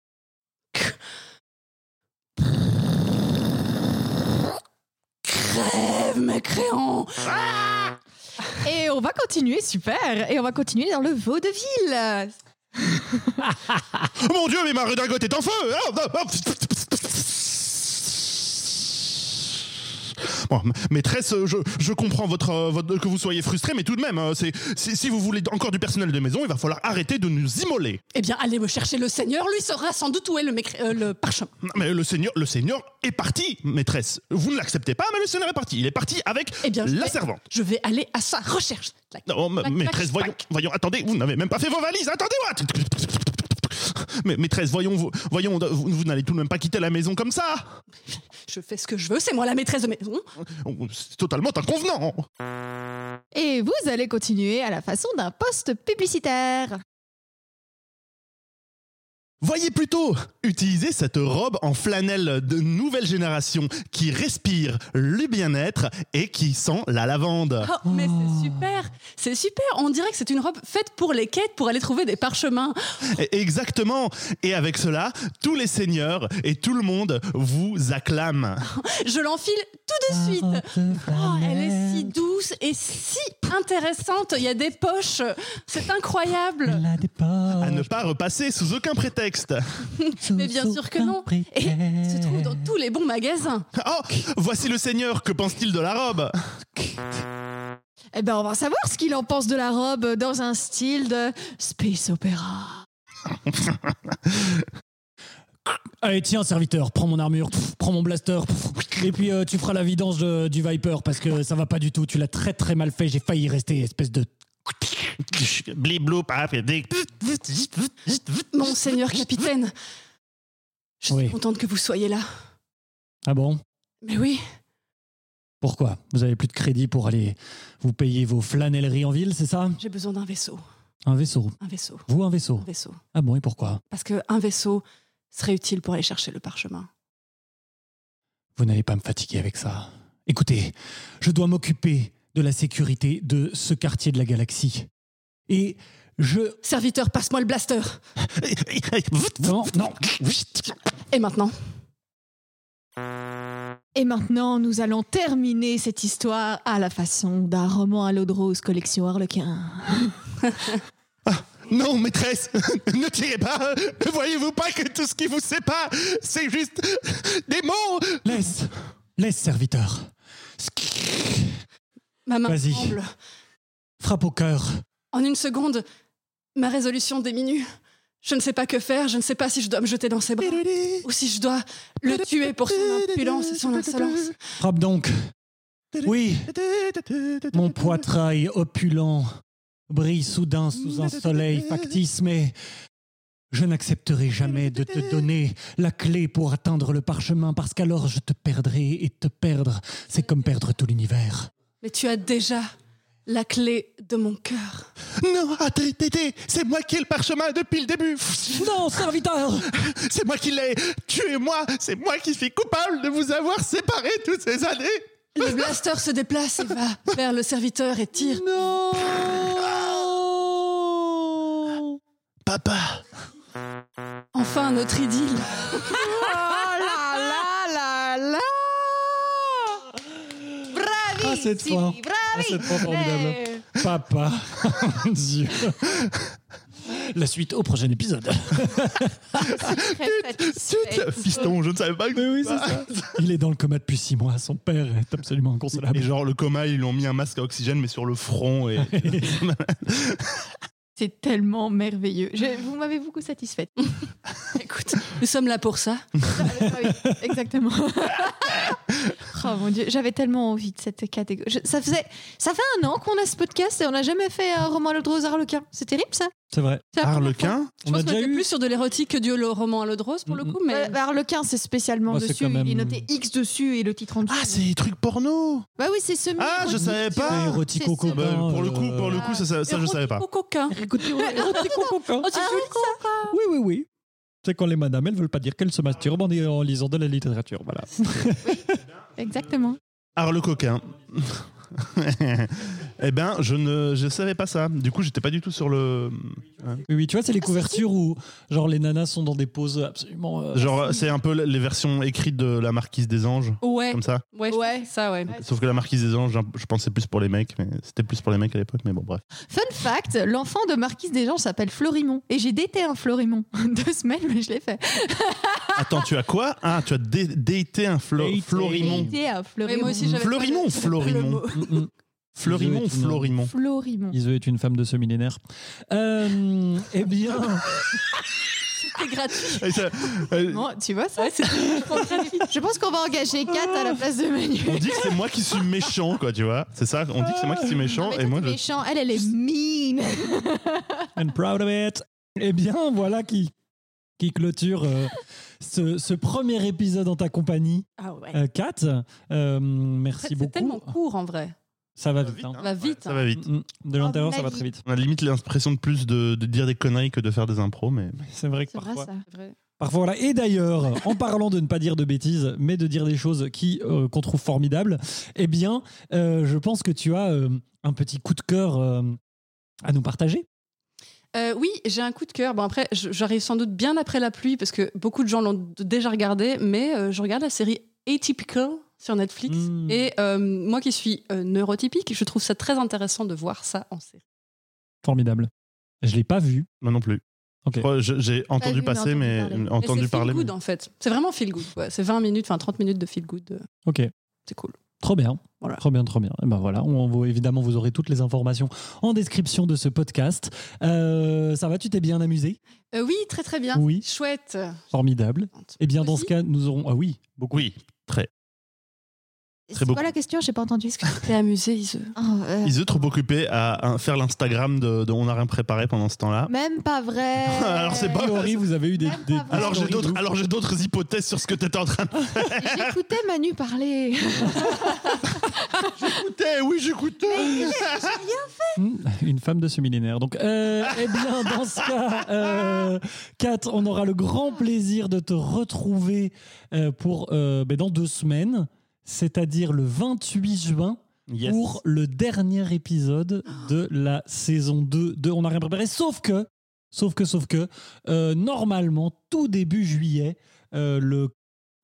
Speaker 3: Crève, mécréant
Speaker 5: Et on va continuer, super. Et on va continuer dans le vaudeville.
Speaker 2: Oh Mon Dieu, mais ma redingote est en feu Ah, ah, ah. Bon, ma- maîtresse, euh, je, je comprends votre, euh, votre- que vous soyez frustrée, mais tout de même, euh, c'est, si- si vous voulez encore du personnel de maison, il va falloir arrêter de nous immoler.
Speaker 3: Eh bien, allez me chercher le Seigneur, lui saura sans doute où est le, mécré- euh, le parchemin.
Speaker 2: Non, Mais le seigneur, le seigneur est parti, maîtresse. Vous ne l'acceptez pas, mais le seigneur est parti. Il est parti avec
Speaker 3: Eh bien, je
Speaker 2: la
Speaker 3: vais-
Speaker 2: servante.
Speaker 3: Je vais aller à sa recherche. Clac.
Speaker 2: Non, ma-
Speaker 3: Clac, clac,
Speaker 2: maîtresse, voyons,
Speaker 3: clac.
Speaker 2: voyons, attendez, vous n'avez même pas fait vos valises, attendez, what mais, maîtresse, voyons, vous- voyons, vous, vous n'allez tout de même pas quitter la maison comme ça
Speaker 3: Hum? Je fais ce que je veux, c'est moi la maîtresse de maison.
Speaker 2: C'est totalement inconvenant.
Speaker 5: Et vous allez continuer à la façon d'un poste publicitaire.
Speaker 2: Voyez plutôt Utilisez cette robe en flanelle de nouvelle génération qui respire le bien-être et qui sent la lavande.
Speaker 3: Oh, mais c'est super, c'est super. On dirait que c'est une robe faite pour les quêtes, pour aller trouver des parchemins.
Speaker 2: Et- Exactement Et avec cela, tous les seigneurs et tout le monde vous acclament.
Speaker 3: Je l'enfile tout
Speaker 1: Ah,
Speaker 3: de suite. Oh, elle est si douce et si intéressante. Il y a des poches, c'est incroyable.
Speaker 1: La dépasse.
Speaker 2: À ne pas repasser sous aucun prétexte.
Speaker 3: Mais bien sûr que non. Et se trouve dans tous les bons magasins.
Speaker 2: Oh Voici le seigneur, que pense-t-il de la robe
Speaker 5: Eh ben, on va savoir ce qu'il en pense de la robe dans un style de space opéra.
Speaker 1: Allez, tiens, serviteur, prends mon armure, pff, prends mon blaster, pff, et puis euh, tu feras la vidange de- du Viper parce que ça va pas du tout. Tu l'as très très mal fait. J'ai failli y rester, espèce de.
Speaker 2: Bliblou, paf, et dic.
Speaker 3: Mon seigneur capitaine, je suis
Speaker 1: Oui.
Speaker 3: contente que vous soyez là.
Speaker 1: Ah bon
Speaker 3: Mais oui,
Speaker 1: Pourquoi Vous avez plus de crédit pour aller vous payer vos flanelleries en ville, c'est ça
Speaker 3: j'ai besoin d'un vaisseau.
Speaker 1: Un vaisseau.
Speaker 3: Un vaisseau.
Speaker 1: Vous, un
Speaker 3: Un
Speaker 1: vaisseau.
Speaker 3: vaisseau.
Speaker 1: Ah bon, et pourquoi
Speaker 3: Parce qu'un vaisseau serait utile pour aller chercher le parchemin.
Speaker 1: Vous n'allez pas me fatiguer avec ça. Écoutez, je dois m'occuper de la sécurité de ce quartier de la galaxie. Et je.
Speaker 3: Serviteur, passe-moi le blaster.
Speaker 1: Non, non.
Speaker 3: Et maintenant
Speaker 5: Et maintenant, nous allons terminer cette histoire à la façon d'un roman à l'eau de rose collection Harlequin.
Speaker 2: Non, maîtresse, ne tirez pas. Ne voyez-vous pas que tout ce qui vous sépare, c'est juste des mots
Speaker 1: Laisse, laisse, serviteur.
Speaker 3: Ma main
Speaker 1: Vas-y.
Speaker 3: tremble.
Speaker 1: Frappe au cœur.
Speaker 3: En une seconde, ma résolution diminue. Je ne sais pas que faire, je ne sais pas si je dois me jeter dans ses bras ou si je dois le tuer pour son impudence et son insolence.
Speaker 1: Frappe donc. Oui, mon poitrail opulent brille soudain sous un soleil factice, mais je n'accepterai jamais de te donner la clé pour atteindre le parchemin, parce qu'alors je te perdrai et te perdre, c'est comme perdre tout l'univers.
Speaker 3: Mais tu as déjà la clé de mon cœur.
Speaker 2: Non, ah, attendez, attendez, c'est moi qui ai le parchemin depuis le début.
Speaker 1: Non, serviteur
Speaker 3: Ah
Speaker 2: C'est moi qui l'ai. Tuez-moi, c'est moi qui suis coupable de vous avoir séparés toutes ces années.
Speaker 3: Le blaster se déplace et va vers le serviteur et tire.
Speaker 1: Non
Speaker 2: Papa.
Speaker 3: Enfin notre idylle.
Speaker 1: Oh Ah, cette fois, ah, cette Eh, fois formidable. Papa, mon Dieu. La suite au prochain épisode.
Speaker 2: Zut, fiston, je ne savais pas que.
Speaker 1: oui, c'est ça. Il est dans le coma depuis six mois. Son père est absolument
Speaker 2: Et
Speaker 1: inconsolable.
Speaker 2: genre, le coma, ils lui ont mis un masque à oxygène, mais sur le front. Et...
Speaker 5: C'est tellement merveilleux. Je- vous m'avez beaucoup satisfaite.
Speaker 3: Écoute, nous sommes là pour ça.
Speaker 5: Ah oui, exactement. oh mon dieu, j'avais tellement envie de cette catégorie. Je- ça faisait, ça fait un an qu'on a ce podcast et on n'a jamais fait un roman à l'eau de rose Harlequin. C'est terrible ça.
Speaker 1: C'est vrai.
Speaker 5: C'est la
Speaker 2: Ah,
Speaker 5: première fois.
Speaker 2: Harlequin
Speaker 3: Je pense qu'on était plus sur de l'érotique que du roman à l'eau de rose pour le coup, mais
Speaker 5: Ouais, bah, Harlequin, c'est spécialement
Speaker 1: Bah, c'est
Speaker 5: dessus.
Speaker 1: quand même-
Speaker 5: Il est noté X dessus et le titre en dessous.
Speaker 2: Ah, c'est des trucs porno.
Speaker 5: Bah oui, c'est semi.
Speaker 2: Ah, je savais pas.
Speaker 1: érotique au
Speaker 5: C'est-
Speaker 2: Ah bah,
Speaker 1: copain.
Speaker 2: pour le coup, pour le coup, ça, ça, ça, je savais pas. Ah
Speaker 3: Au coquin.
Speaker 1: Érotique au copain.
Speaker 5: Ah
Speaker 3: Oh, tu joues le con.
Speaker 1: Oui, oui, oui. C'est quand les madames, elles veulent pas dire qu'elles se masturbent en, en lisant de la littérature. Voilà.
Speaker 5: Exactement.
Speaker 2: Harlequin. eh ben, je ne je savais pas ça. Du coup, j'étais pas du tout sur le.
Speaker 1: Oui, oui, tu vois, c'est les couvertures où, genre, les nanas sont dans des poses absolument. euh,
Speaker 2: Genre, c'est un peu les versions écrites de La Marquise des Anges,
Speaker 3: Ouais,
Speaker 2: comme ça.
Speaker 3: ouais, ouais, ça ouais.
Speaker 2: Sauf que La Marquise des Anges, je pensais plus pour les mecs, mais c'était plus pour les mecs à l'époque, mais bon, bref.
Speaker 5: Fun fact, l'enfant de Marquise des gens s'appelle Florimond. Et j'ai daté un Florimond. Deux semaines, mais je l'ai fait.
Speaker 2: Attends, tu as quoi Ah, tu as dé- daté un flo-
Speaker 1: Daté.
Speaker 2: Florimond.
Speaker 5: Daté un
Speaker 3: Ouais,
Speaker 5: Florimond.
Speaker 3: moi aussi, j'avais pas
Speaker 2: Florimond,
Speaker 3: le- j'avais pas le
Speaker 2: Florimond.
Speaker 3: mot.
Speaker 1: Mm, mm.
Speaker 2: Florimond,
Speaker 1: Iso est une-
Speaker 2: Florimond.
Speaker 5: Florimond.
Speaker 1: Iso est une femme de ce millénaire. Euh, eh bien,
Speaker 3: C'est gratuit.
Speaker 2: Et ça- euh,
Speaker 5: Bon, tu vois ça
Speaker 3: Ouais, c'est
Speaker 5: Je pense qu'on va engager Kat à la place de Manu.
Speaker 2: on dit que c'est moi qui suis méchant, quoi, tu vois. C'est ça, on dit que c'est moi qui suis méchant,
Speaker 5: Mais toi,
Speaker 2: et moi,
Speaker 5: t'es
Speaker 2: je-
Speaker 5: méchant. Elle, elle est mean.
Speaker 1: and proud of it. Eh bien, voilà qui, qui clôture euh, ce, ce premier épisode en ta compagnie.
Speaker 3: Ah ouais.
Speaker 1: Euh, Kat, euh, merci
Speaker 3: C'est
Speaker 1: beaucoup.
Speaker 3: tellement court en vrai.
Speaker 1: Ça va vite. hein.
Speaker 3: Va vite.
Speaker 2: Ça
Speaker 3: hein.
Speaker 2: va vite.
Speaker 1: Mm, De l'intérieur,
Speaker 5: la
Speaker 1: ça va
Speaker 5: vie.
Speaker 1: très vite.
Speaker 2: On a limite l'impression de plus de, de dire des conneries que de faire des impros, mais
Speaker 1: C'est vrai que
Speaker 5: C'est vrai
Speaker 1: parfois.
Speaker 5: ça.
Speaker 3: C'est vrai.
Speaker 1: Parfois, voilà. Et d'ailleurs, en parlant de ne pas dire de bêtises, mais de dire des choses qui euh, qu'on trouve formidables, eh bien, euh, je pense que tu as euh, un petit coup de cœur euh, à nous partager.
Speaker 3: Euh, oui, j'ai un coup de cœur. Bon, après, je- j'arrive sans doute bien après la pluie parce que beaucoup de gens l'ont d- déjà regardé, mais euh, je regarde la série Atypical sur Netflix.
Speaker 2: Hmm.
Speaker 1: Mm.
Speaker 3: Et euh, moi qui suis euh, neurotypique, je trouve ça très intéressant de voir ça en série.
Speaker 1: Formidable. Je l'ai pas vu.
Speaker 2: moi non plus.
Speaker 1: Ok.
Speaker 2: Je crois- je- J'ai entendu
Speaker 5: vu, mais
Speaker 2: passer,
Speaker 5: entendu
Speaker 2: mais
Speaker 5: parler.
Speaker 2: euh,
Speaker 3: Mais c'est
Speaker 2: entendu
Speaker 3: feel
Speaker 2: parler.
Speaker 3: good
Speaker 2: mais-
Speaker 3: en fait. C'est vraiment feel good. ouais. C'est 20 minutes, enfin 30 minutes de feel good. euh,
Speaker 1: Ok.
Speaker 3: C'est cool.
Speaker 1: Trop bien.
Speaker 3: Voilà.
Speaker 1: Trop bien, trop bien. Et ben voilà, on, vous- évidemment, vous aurez toutes les informations en description de ce podcast. Euh, ça va, tu t'es bien amusé
Speaker 3: Euh, oui, très très bien.
Speaker 1: Oui.
Speaker 3: Chouette.
Speaker 1: Formidable. Eh bien, dans
Speaker 3: Aussi,
Speaker 1: ce cas, nous aurons. Ah oui, beaucoup.
Speaker 2: Oui,
Speaker 5: C'est
Speaker 2: beaucoup.
Speaker 5: quoi la question J'ai pas entendu.
Speaker 3: T'es amusé, Ise.
Speaker 5: Oh, euh,
Speaker 2: ils sont trop occupés à, à faire l'Instagram de, de On a rien préparé pendant ce temps-là.
Speaker 5: Même pas vrai.
Speaker 2: Alors, c'est
Speaker 1: A
Speaker 2: pas-
Speaker 1: priori, vous avez eu des.
Speaker 5: Même
Speaker 1: des-
Speaker 5: pas vrai.
Speaker 2: Alors j'ai
Speaker 1: stories de
Speaker 2: d'autres,
Speaker 1: ouf.
Speaker 2: alors j'ai d'autres hypothèses sur ce que t'étais en train de.
Speaker 5: J'écoutais Manu parler.
Speaker 2: Écoutez, oui, j'écoutais.
Speaker 1: Hmm, Une femme de ce millénaire. Donc, euh, eh bien, dans ce cas, euh, Kat, on aura le grand plaisir de te retrouver euh, pour euh, ben, dans deux semaines, c'est-à-dire le 28 juin.
Speaker 2: Yes.
Speaker 1: pour le dernier épisode de la saison 2 de On n'a rien préparé. Sauf que, sauf que, sauf que, euh, normalement, tout début juillet, euh, le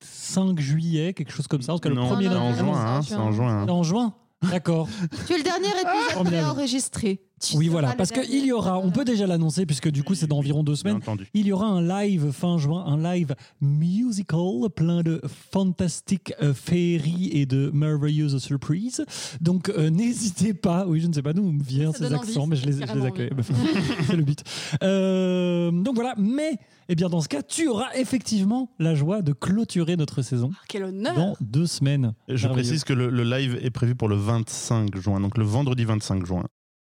Speaker 1: 5 juillet, quelque chose comme ça, en tout cas le
Speaker 2: Non,
Speaker 1: premier
Speaker 2: c'est
Speaker 5: non,
Speaker 2: en
Speaker 5: non, non,
Speaker 2: juin, hein,
Speaker 5: c'est
Speaker 2: c'est
Speaker 5: en
Speaker 2: en juin. hein.
Speaker 1: en juin. D'accord.
Speaker 5: tu es le dernier épisode
Speaker 1: Formidable.
Speaker 5: préenregistré. Tu
Speaker 1: Oui,
Speaker 5: seras
Speaker 1: voilà.
Speaker 5: le
Speaker 1: Parce
Speaker 5: dernier.
Speaker 1: qu'il y
Speaker 3: euh,
Speaker 1: aura, on peut déjà l'annoncer, puisque du coup, c'est dans environ deux
Speaker 2: Bien
Speaker 1: semaines.
Speaker 2: entendu.
Speaker 1: Il y aura un live fin juin, un live musical plein de fantastiques euh, féeries et de merveilleuses surprises. Donc euh, n'hésitez pas, oui je ne sais pas d'où viennent
Speaker 3: Ça
Speaker 1: ces
Speaker 3: donne envie,
Speaker 1: accents, mais je les, je les
Speaker 3: carrément
Speaker 1: accueille. Bah, C'est le but. Euh, donc voilà, mais eh bien dans ce cas, tu auras effectivement la joie de clôturer notre saison
Speaker 3: Ah, Quel honneur.
Speaker 1: dans deux semaines.
Speaker 2: Je
Speaker 1: Merveilleux.
Speaker 2: précise que le, le live est prévu pour le 25 juin, donc le vendredi 25 juin.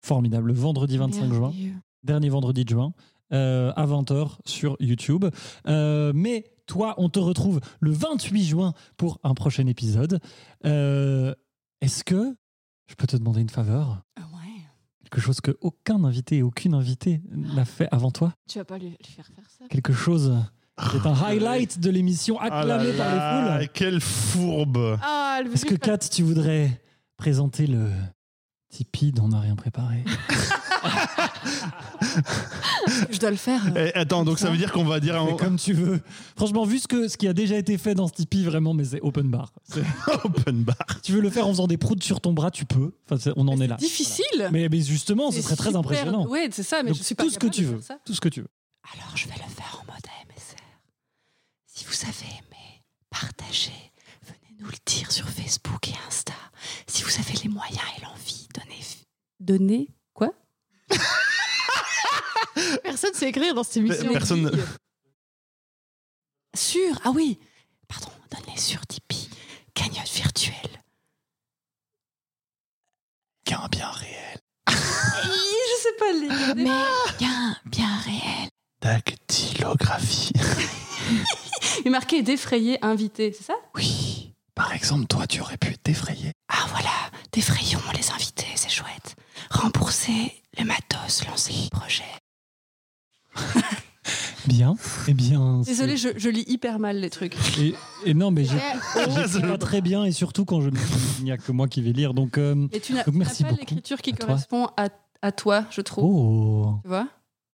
Speaker 1: Formidable, le vendredi 25 juin.
Speaker 5: Merveilleux.
Speaker 1: dernier vendredi de juin euh, à 20h sur YouTube. Euh, mais toi, on te retrouve le 28 juin pour un prochain épisode. Euh, Est-ce que je peux te demander une faveur
Speaker 3: Ah ouais.
Speaker 1: Quelque chose que aucun invité et aucune invitée n'a fait avant toi
Speaker 3: Tu vas pas lui, lui faire faire ça.
Speaker 1: Quelque chose qui est un highlight de l'émission
Speaker 2: Ah
Speaker 1: acclamé
Speaker 2: là
Speaker 1: par
Speaker 2: là,
Speaker 1: les foules
Speaker 2: Quelle fourbe
Speaker 5: Ah, le
Speaker 1: Est-ce que Kat, tu voudrais présenter le Tipeee dont on n'a rien préparé
Speaker 3: Je dois le faire.
Speaker 2: Eh, Attends, donc ça veut dire qu'on va dire.
Speaker 1: Fais
Speaker 2: Un...
Speaker 1: comme tu veux. Franchement, vu ce, que, ce qui a déjà été fait dans ce Tipeee, vraiment, mais c'est open bar. C'est-
Speaker 2: Open bar.
Speaker 1: tu veux le faire en faisant des proutes sur ton bras, tu peux. Enfin, c'est- on en est là.
Speaker 3: Difficile.
Speaker 1: Voilà. Mais, mais justement, ce
Speaker 3: C'est
Speaker 1: serait très
Speaker 3: super-
Speaker 1: impressionnant.
Speaker 3: Ouais, c'est ça, mais
Speaker 1: Donc,
Speaker 3: je suis pas
Speaker 1: tout ce que
Speaker 3: capable
Speaker 1: tu
Speaker 3: de
Speaker 1: veux,
Speaker 3: faire ça.
Speaker 1: tout ce que tu veux.
Speaker 3: Alors, je vais le faire en mode AMSR. Si vous avez aimé, partagez, venez nous le dire sur Facebook et Insta. Si vous avez les moyens et l'envie, donnez. Donnez quoi
Speaker 5: Personne sait écrire dans cette
Speaker 3: Euh,
Speaker 2: émission. Personne ne-
Speaker 3: Sur, ah oui, pardon, donnez sur Tipeee, cagnotte virtuelle.
Speaker 1: Qu'un bien réel.
Speaker 3: je sais pas les. Mais bien, bien réel.
Speaker 2: Dactylographie.
Speaker 3: Et marqué défrayé, invité, c'est ça
Speaker 1: Oui. Par exemple, toi, tu aurais pu t'effrayer.
Speaker 3: Ah voilà, défrayons les invités, c'est chouette. Rembourser le matos, lancer le projet.
Speaker 1: Bien. Eh bien. c'est-
Speaker 3: Désolée, je, je lis hyper mal les trucs.
Speaker 1: Et, et non, mais je.
Speaker 2: c'est
Speaker 1: pas très bien et surtout quand je il n'y a que moi qui vais lire donc euh,
Speaker 3: Et tu n'as
Speaker 1: Donc,
Speaker 3: tu n'as
Speaker 1: merci
Speaker 3: pas
Speaker 1: beaucoup
Speaker 3: l'écriture
Speaker 1: à
Speaker 3: qui
Speaker 1: toi.
Speaker 3: correspond à, à toi, je trouve.
Speaker 1: oh
Speaker 3: Tu vois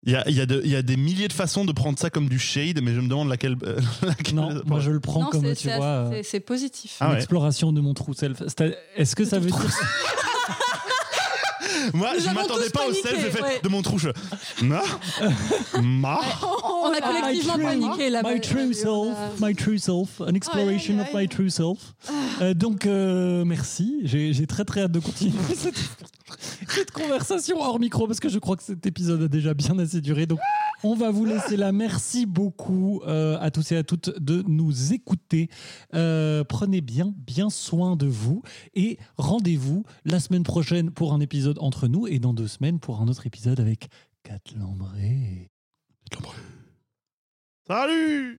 Speaker 2: Il y a, il y a de- il y a des milliers de façons de prendre ça comme du shade, mais je me demande laquelle. euh, laquelle-
Speaker 1: non moi je le prends
Speaker 3: Non,
Speaker 1: comme
Speaker 3: c'est-
Speaker 1: tu
Speaker 3: c'est-
Speaker 1: vois euh,
Speaker 3: c'est- C'est positif.
Speaker 2: Ah ouais.
Speaker 1: l'exploration de mon trou self C'est- est-ce que ça veut dire
Speaker 2: Moi,
Speaker 3: Nous
Speaker 2: je
Speaker 3: avons
Speaker 2: m'attendais
Speaker 3: tous
Speaker 2: pas au
Speaker 3: paniqué,
Speaker 2: self effet
Speaker 3: ouais.
Speaker 2: de mon trouche. Ma. Ma.
Speaker 3: On a
Speaker 1: Ah, my
Speaker 3: collectivement
Speaker 1: true-
Speaker 3: paniqué là-bas. Euh,
Speaker 1: My true self, my true self, an exploration of my true self. Euh, donc euh, merci, j'ai j'ai très très hâte de continuer cette, cette conversation hors micro parce que je crois que cet épisode a déjà bien assez duré. Donc on va vous laisser là. Merci beaucoup euh, à tous et à toutes de nous écouter. Euh, prenez bien bien soin de vous et rendez-vous la semaine prochaine pour un épisode entre nous et dans deux semaines pour un autre épisode avec Kat Lambré.
Speaker 2: Salut